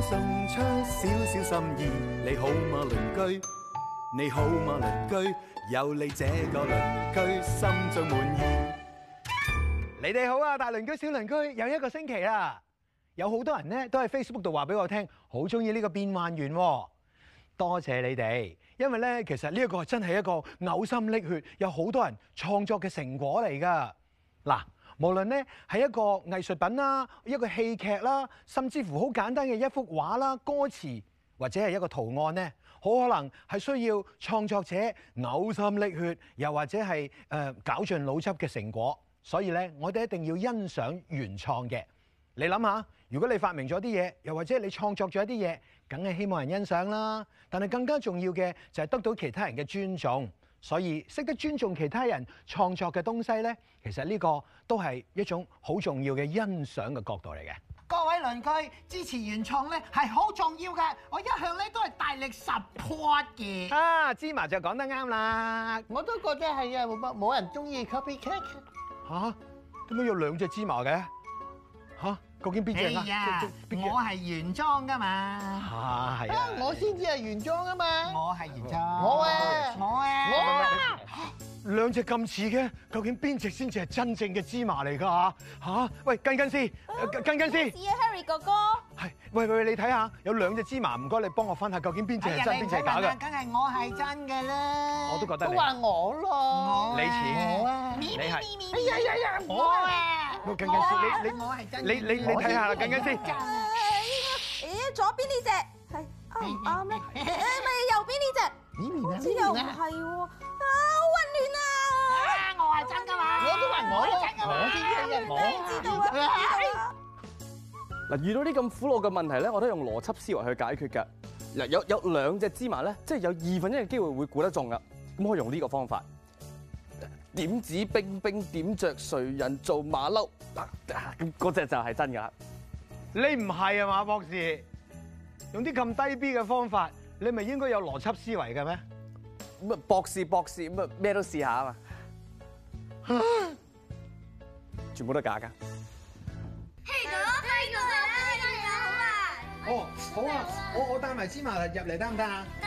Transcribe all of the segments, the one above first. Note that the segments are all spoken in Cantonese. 送出少少心意，你好嗎鄰居？你好嗎鄰居？有你這個鄰居，心中滿意。你哋好啊，大鄰居、小鄰居，有一個星期啦，有好多人呢都喺 Facebook 度話俾我聽，好中意呢個變幻園喎。多謝你哋，因為呢其實呢一個真係一個嘔心瀝血，有好多人創作嘅成果嚟㗎。嗱。無論咧係一個藝術品啦、一個戲劇啦，甚至乎好簡單嘅一幅畫啦、歌詞或者係一個圖案咧，好可能係需要創作者嘔心瀝血，又或者係誒絞盡腦汁嘅成果。所以咧，我哋一定要欣賞原創嘅。你諗下，如果你發明咗啲嘢，又或者你創作咗一啲嘢，梗係希望人欣賞啦。但係更加重要嘅就係得到其他人嘅尊重。所以識得尊重其他人創作嘅東西呢，其實呢個都係一種好重要嘅欣賞嘅角度嚟嘅。各位鄰居支持原創呢係好重要嘅，我一向呢都係大力 support 嘅。啊，芝麻就講得啱啦，我都覺得係啊，冇冇人中意 copycat。嚇？點解有兩隻芝麻嘅？嚇、啊？究竟邊隻啊？哎呀，我係原裝噶嘛。啊，係啊，我先至係原裝啊嘛。我係原裝。我啊，我啊，我啊。兩隻咁似嘅，究竟邊隻先至係真正嘅芝麻嚟㗎嚇？嚇！喂，近近先，近近先。係啊，Harry 哥哥。係，喂喂，你睇下有兩隻芝麻，唔該你幫我分下，究竟邊隻係真，邊隻係假嘅？梗係我係真嘅啦。我都覺得。都話我咯。你似我啊？你係。哎呀呀呀！我啊。喂，近近先，你你我係真。你你你睇下啦，近近先。咦？左邊呢隻係啱唔啱咧？誒，咪右邊呢隻？好似又唔係喎，啊好混亂啊！我係真㗎嘛，我都話我係真㗎嘛，我先係我。知道啊！嗱，遇到啲咁苦惱嘅問題咧，我都用邏輯思維去解決㗎。嗱，有有兩隻芝麻咧，即係有二分一嘅機會會估得中㗎。咁可以用呢個方法。點指兵兵點着誰人做馬騮？嗱，咁嗰隻就係真㗎啦。你唔係啊嘛，博士？用啲咁低 B 嘅方法，你咪應該有邏輯思維嘅咩？咁啊，博士博士，咁啊咩都試下啊嘛，全部都假㗎。 Harry 哥，Harry 哥啊，Harry 哥好啊！哦，好啊，我我帶埋芝麻入嚟得唔得啊？得。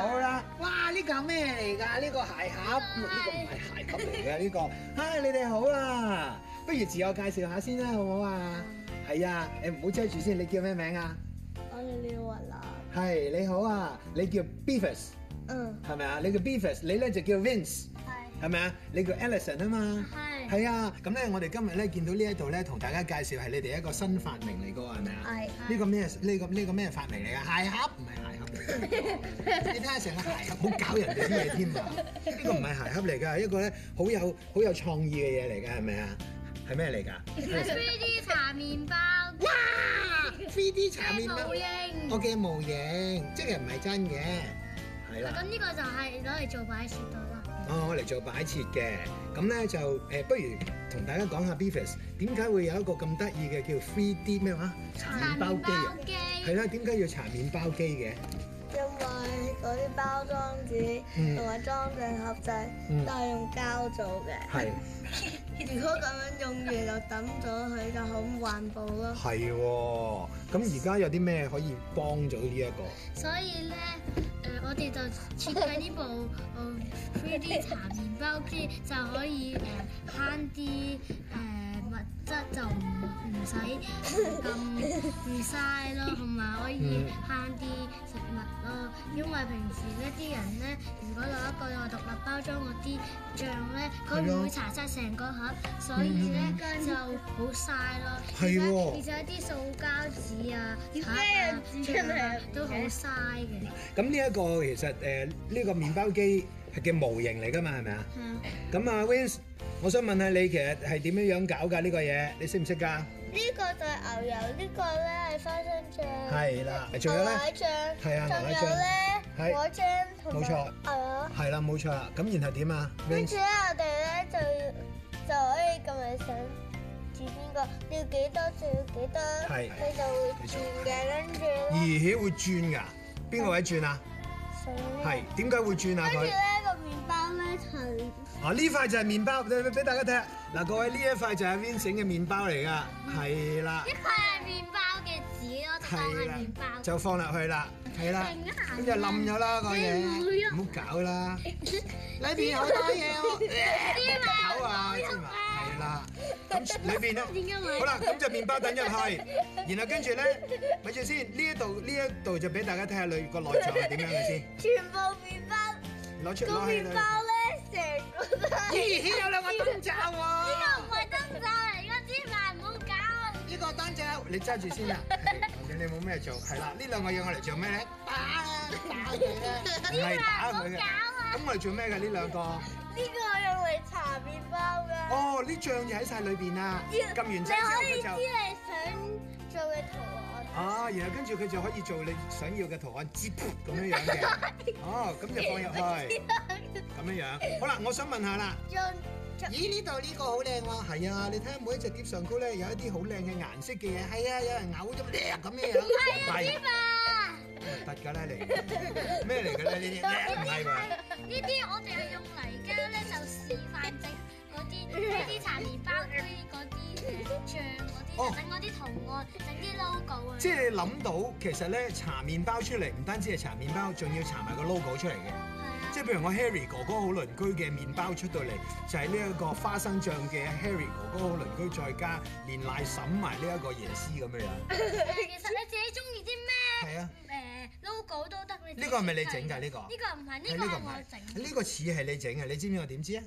好啦，哇！呢個係咩嚟㗎？呢個鞋盒，呢個唔係鞋盒嚟嘅呢個。唉，你哋好啦，不如自我介紹下先啦，好唔好啊？係啊，你唔好遮住先，你叫咩名啊？我叫廖雲樂，係你好啊，你叫 Beavis 嗯，係咪啊？你叫 Beavis，你咧就叫 Vince 係，係咪啊？你叫 Alison 啊嘛。係係啊，咁咧我哋今日咧見到呢一度咧，同大家介紹係你哋一個新發明嚟㗎，係咪啊？係呢個咩？呢個呢個咩發明嚟㗎？鞋盒唔係鞋 盒嚟㗎，你睇下成個鞋盒，好搞人哋啲嘢添啊！呢個唔係鞋盒嚟㗎，一個咧好有好有創意嘅嘢嚟㗎，係咪啊？係咩嚟㗎 3D 搽麵包？3D 搽面嘅包模，型，我嘅模型，即係唔係真嘅，係啦。咁呢個就係攞嚟做擺設度啦。哦，我嚟做擺設嘅，咁咧就誒、呃不如同大家講下 Beavis 點解會有一個咁得意嘅叫 3D 咩話搽麵包機啊？係啦，點解要搽麵包機嘅？因為嗰啲包裝紙嗯同埋裝訂盒仔嗯都係用膠做嘅，係如果咁樣用完就抌咗佢就好唔環保咯。係喎，咁而家有啲咩可以幫到呢一個？所以咧，誒我哋就設計呢部哦 3D 搽麵包機就可以誒慳啲誒物質，就唔唔使咁唔嘥咯，同埋可嗯以慳啲食物咯。因為平時呢啲人咧，如果攞一個獨立包裝嗰啲醬咧，佢唔會搽晒成個盒，所以咧就好嘥咯。嗯係喎而且而且啲塑膠紙啊、盒啊、醬啊都好嘥嘅。咁呢一個其實誒呢、個麵包機係嘅模型嚟㗎嘛，係咪啊？咁啊 Wins，我想問下你其實係點樣樣搞㗎呢個嘢？你識唔識㗎？呢個就係牛油，呢個咧係花生醬，係啦，仲有咧牛奶醬，係啊仲牛奶醬有咧係果醬同冇錯埋牛油。係啦，冇錯啦。咁然後點啊？跟住咧，我哋咧就要就可以撳你想煮邊個，要幾多就要幾多，係佢就會轉嘅。跟住咧，兒戲會轉㗎，邊個位轉啊？水係點解會轉啊跟住佢？咧個麵包咧係啊！呢塊就係麵包，俾俾大家睇下。嗱，各位呢一塊就係 Vincent 嘅麵包嚟㗎，係啦，一塊係麵包嘅紙咯，就當係係啦麵包，。就放落去啦，係啦，咁就冧咗啦個嘢，唔好搞啦，裏邊有好多嘢喎，狗啊，芝麻，係啦，咁裏邊咧，好啦，咁就麵包等入去，然後跟住咧，咪住先，呢一度呢一度就俾大家睇下裏個內臟係點樣嘅先，全部麵包，攞出個攞起麵包佢。咧成個都係。咦，有兩個燈罩喎！唔係燈罩嚟嗰芝麻，唔好搞啊！呢個單隻你揸住先啦。係你冇咩做，係啦，呢兩個嘢我嚟做咩咧？打啊打佢啦，唔係打佢嘅。咁我哋做咩嘅呢兩個？呢個我用嚟搽麵包㗎。哦，啲醬就喺晒裏邊啦。撳完掣之後你可以佢知就你想做嘅圖案。啊，然後跟住佢就可以做你想要嘅圖案，接咁樣樣 嘅。哦，咁就放入去，咁樣樣。好啦，我想問下啦。咦？呢度呢個好靚喎，係啊！你睇下每一隻碟上高咧，有一啲好靚嘅顏色嘅嘢，係啊！有人嘔咗咩咁樣樣，係啊！得㗎啦你，咩嚟㗎咧 呢啲？唔係喎，呢啲我哋係用嚟家咧就示範整嗰啲呢啲茶麵包區嗰啲誒醬嗰哦啲，整嗰啲圖案，整啲 logo 啊。即係你諗到其實咧，搽麵包出嚟唔單止係搽麵包，仲要搽埋個 logo 出嚟嘅。即係譬如我 Harry 哥哥好鄰居嘅麵包出到嚟，就係呢一個花生醬嘅 Harry 哥哥好鄰居，再加連奶嬸埋呢一個椰絲咁樣樣。其實你自己中意啲咩係啊，誒 logo 都得。呢個係咪你整㗎？呢個？呢個唔係，係呢個呢個係唔我整。係，呢個似係你整嘅，你知唔知我點知啊？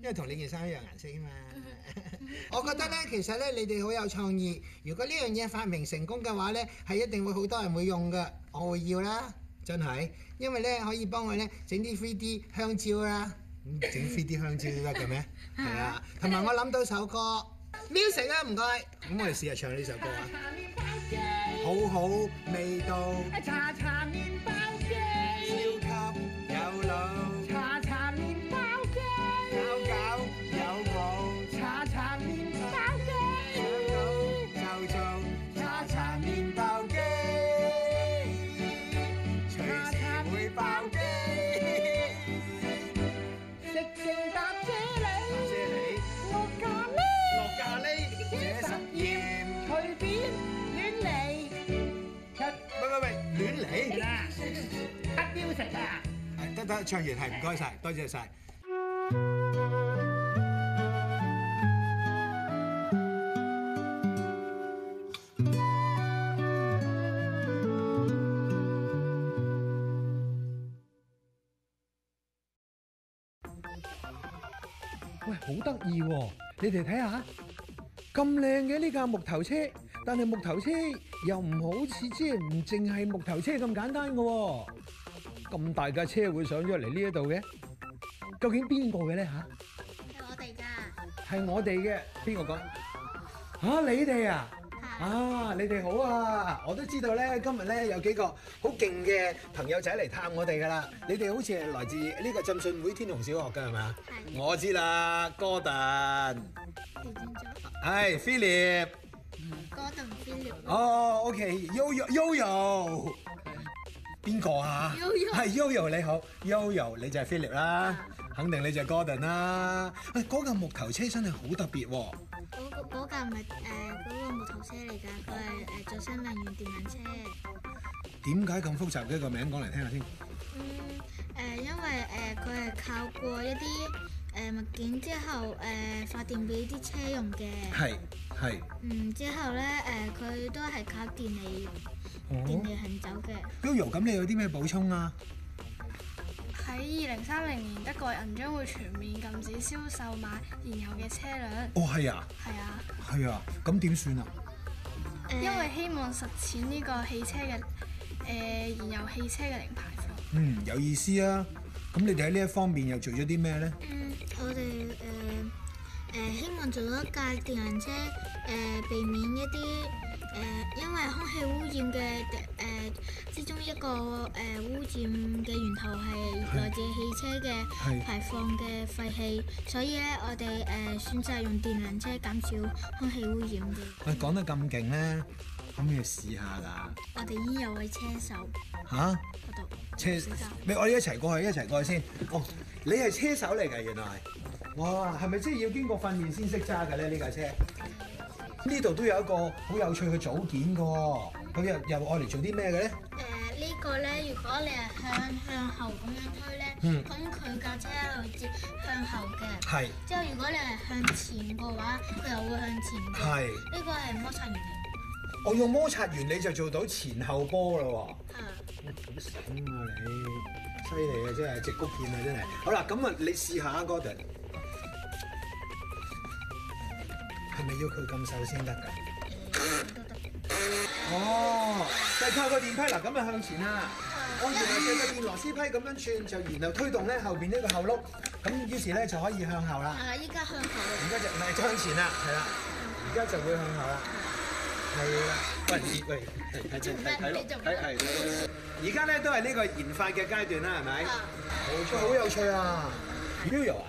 因為同你件衫一樣顏色啊嘛。 我覺得咧，其實咧，你哋好有創意。如果呢樣嘢發明成功嘅話咧，係一定會好多人會用嘅。我會要啦，真係，因為咧可以幫我咧整啲 3D 香蕉啦，嗯整 3D 香蕉都得 嘅咩？係啊，同埋我諗到首歌 music 啊，唔該。咁我哋試下唱呢首 歌啊，好好味道，茶茶麵包超機，級有腦。茶茶麵包機，搞搞有冇？茶茶麵包機，想到就做叉茶麵包機，隨時會爆機。食剩搭啫喱， 謝你落咖喱，落咖喱這實驗，隨便亂嚟，喂喂喂，亂嚟！一標食啊！係得得，唱完係唔該晒，多謝晒。喂，好得意喎！你哋睇下，咁靚嘅呢架木頭車，但係木頭車又唔好似即係唔淨係木頭車咁簡單嘅喎。咁大架車會上咗嚟呢一度嘅，究竟邊個嘅咧吓？係我係我哋㗎。哋嘅，邊個講？嚇你哋啊！啊，你哋好啊！我都知道咧，今日咧有幾個好勁嘅朋友仔嚟探我哋噶啦。你哋好似係來自呢個浸信會天虹小學㗎係咪啊？我知啦，哥頓。調轉咗。係 Philip，哥同 Philip。哦，OK，Yoyo，Yoyo，邊個啊？ 係 Yoyo 你好，Yoyo 你就係 Philip 啦，肯定你就係 Gordon 啦。喂，嗰架木頭車真係好特別喎，嗰個嗰架唔係誒嗰個木頭車嚟㗎，佢係誒做新能源電能車。點解咁複雜嘅個名講嚟聽下先？嗯誒、因為誒佢係靠過一啲誒、物件之後誒、發電俾啲車用嘅。係係，嗯，之後咧誒佢都係靠電力電哦力行走嘅。 ，Yoyo 咁你有啲咩補充啊？喺二零三零年，德國人將會全面禁止銷售買燃油嘅車輛。哦係啊係啊，係啊，咁點算啊？因為希望實踐呢個汽車嘅誒、呃燃油汽車嘅零排放。嗯，有意思啊。咁你哋喺呢一方面又做咗啲咩咧？嗯，我哋誒誒希望做一架電能車，誒呃避免一啲呃誒因為空氣污染嘅誒之中一個誒污染嘅源頭係來自汽車嘅排放嘅廢氣，所以咧我哋誒選擇用電能車減少空氣污染嘅。喂，講得咁勁咧，可唔可以試下㗎？我哋已經有位車手吓？嗰度。車，你我哋一齊過去，一齊過去先。哦，你係車手嚟㗎，原來。哇，係咪即係要經過訓練先識揸嘅咧？呢架車？呢度都有一個好有趣嘅組件㗎喎，佢又又愛嚟做啲咩嘅咧？誒呢個咧，如果你係向向後咁樣推咧，嗯咁佢架車會接向後嘅。係之後如果你係向前嘅話，佢又會向前嘅。係，呢個係摩擦原理。我哦用摩擦原理就做到前後波啦喎。啊，好醒啊你，犀利啊真係，直谷片啊真係。好啦，咁啊你試下啊 Gordon，係咪要佢咁瘦先得㗎？哦，就係靠個電批嗱咁啊向前啦。我原來借個電螺絲批咁樣轉，就然後推動咧後邊呢個後轆，咁於是咧就可以向後啦。係啊啦，依家向後而家就唔係向前啦，係啦，而家就會向後啦，係啦。喂喂，係係係睇落睇係。而家咧都係呢個研發嘅階段啦，係啊咪？冇錯，好有趣啊！Rio 啊，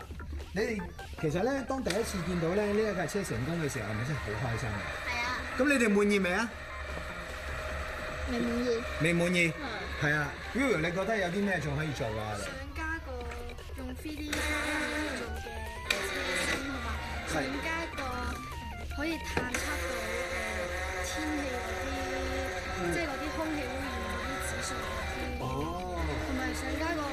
你哋其實咧，當第一次見到咧呢一架車成功嘅時候，係咪真係好開心啊？係啊，咁你哋滿意未啊？你滿意？嗯未滿意？係啊，Rio，你覺得有啲咩仲可以做啊？想加個用 3D 做嘅車身，同埋想加個可以探測到誒天氣嗰啲，即係嗰啲空氣污染嗰啲指數嗰啲，哦，同埋想加個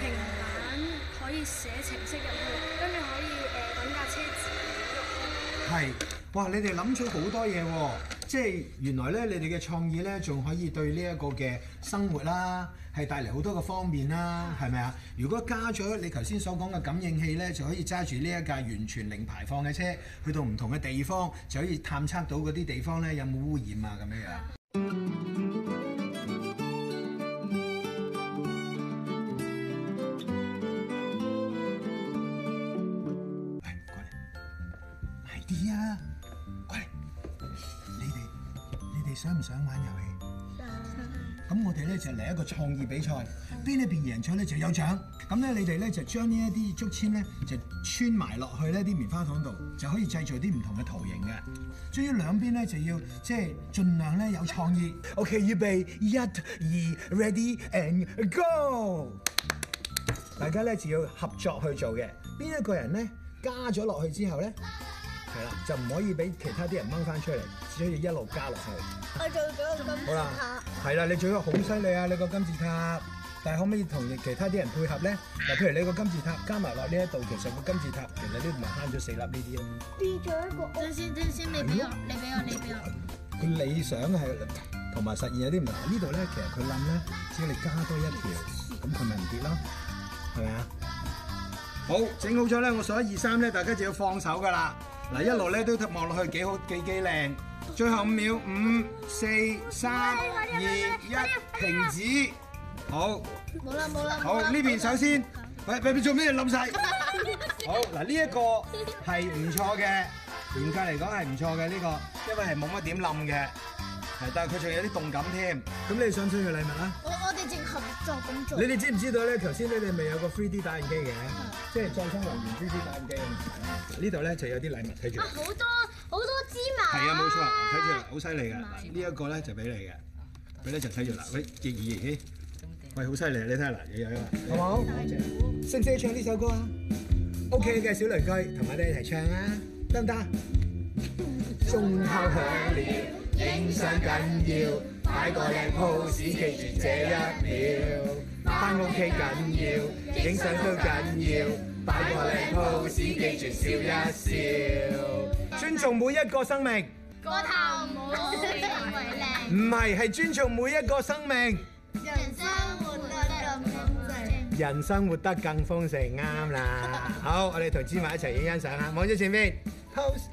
平板可以寫程式入去，跟住可以誒揾架車自己喐咯係，哇！你哋諗咗好多嘢喎，即係原來咧，你哋嘅創意咧，仲可以對呢一個嘅生活啦，係帶嚟好多嘅方便啦，係咪啊？如果加咗你頭先所講嘅感應器咧，就可以揸住呢一架完全零排放嘅車，去到唔同嘅地方，就可以探測到嗰啲地方咧有冇污染啊咁樣樣。喂，過嚟，快啲啊！過嚟，你哋你哋想唔想玩遊戲？咁我哋咧就嚟一個創意比賽，邊一邊贏咗咧就有獎。咁咧你哋咧就將呢一啲竹籤咧就穿埋落去呢啲棉花糖度，就可以製造啲唔同嘅圖形嘅。至於兩邊咧就要即係盡量咧有創意。OK，預備一、二，ready and go！大家咧就要合作去做嘅。邊一個人咧加咗落去之後咧，係啦，就唔可以俾其他啲人掹翻出嚟，只可以一路加落去。我做咗個金好啦塔，係啦，你做得好犀利啊！你個金字塔，但係可唔可以同其他啲人配合咧？嗱，譬如你個金字塔加埋落呢一度，其實個金字塔其實呢度咪慳咗四粒呢啲啊咯。變咗一個屋。等先，等先，你俾我，嗯你俾我，你俾我。佢理想係同埋實現有啲唔同。呢度咧，其實佢冧咧，只要你加多一條，咁佢咪唔跌咯，係咪啊？好，整好咗咧，我數一二三咧，大家就要放手噶啦。嗱，一路咧都望落去幾好，幾幾靚。最後五秒，五、四、三、二、一，停止。好，冇啦冇啦。好呢邊首先，喂喂，你做咩冧晒？好嗱，呢一個係唔錯嘅，嚴格嚟講係唔錯嘅呢個，因為係冇乜點冧嘅，係但係佢仲有啲動感添。咁你想唔想要禮物啊？我我哋淨合作咁做你。哋知唔知道咧？頭先咧，你咪有個 3D 打印機嘅，即係再生能源 3D 打印機啊嘛。呢度咧就有啲禮物睇住啊，，好多好多芝麻。係啊，冇錯，睇住啦，好犀利嘅。嗱呢一個咧就俾你嘅，俾咧就睇住啦。喂，翼兒，咦喂，好犀利，你睇下嗱，有有啊，好冇？識唔識唱呢首歌啊？OK 嘅小鄰居，同我哋一齊唱啊，得唔得？鐘敲響了，影相緊要，擺個靚 pose，記住這一秒。翻屋企緊要，影相都緊要，擺個靚 pose，記住笑一笑。尊重每一個生命，個頭唔好肥為靚，唔係係尊重每一個生命。人生活得咁咁正。人生活得更豐盛，啱啦。好，我哋同芝麻一齊影欣賞啦。望咗前面，pose。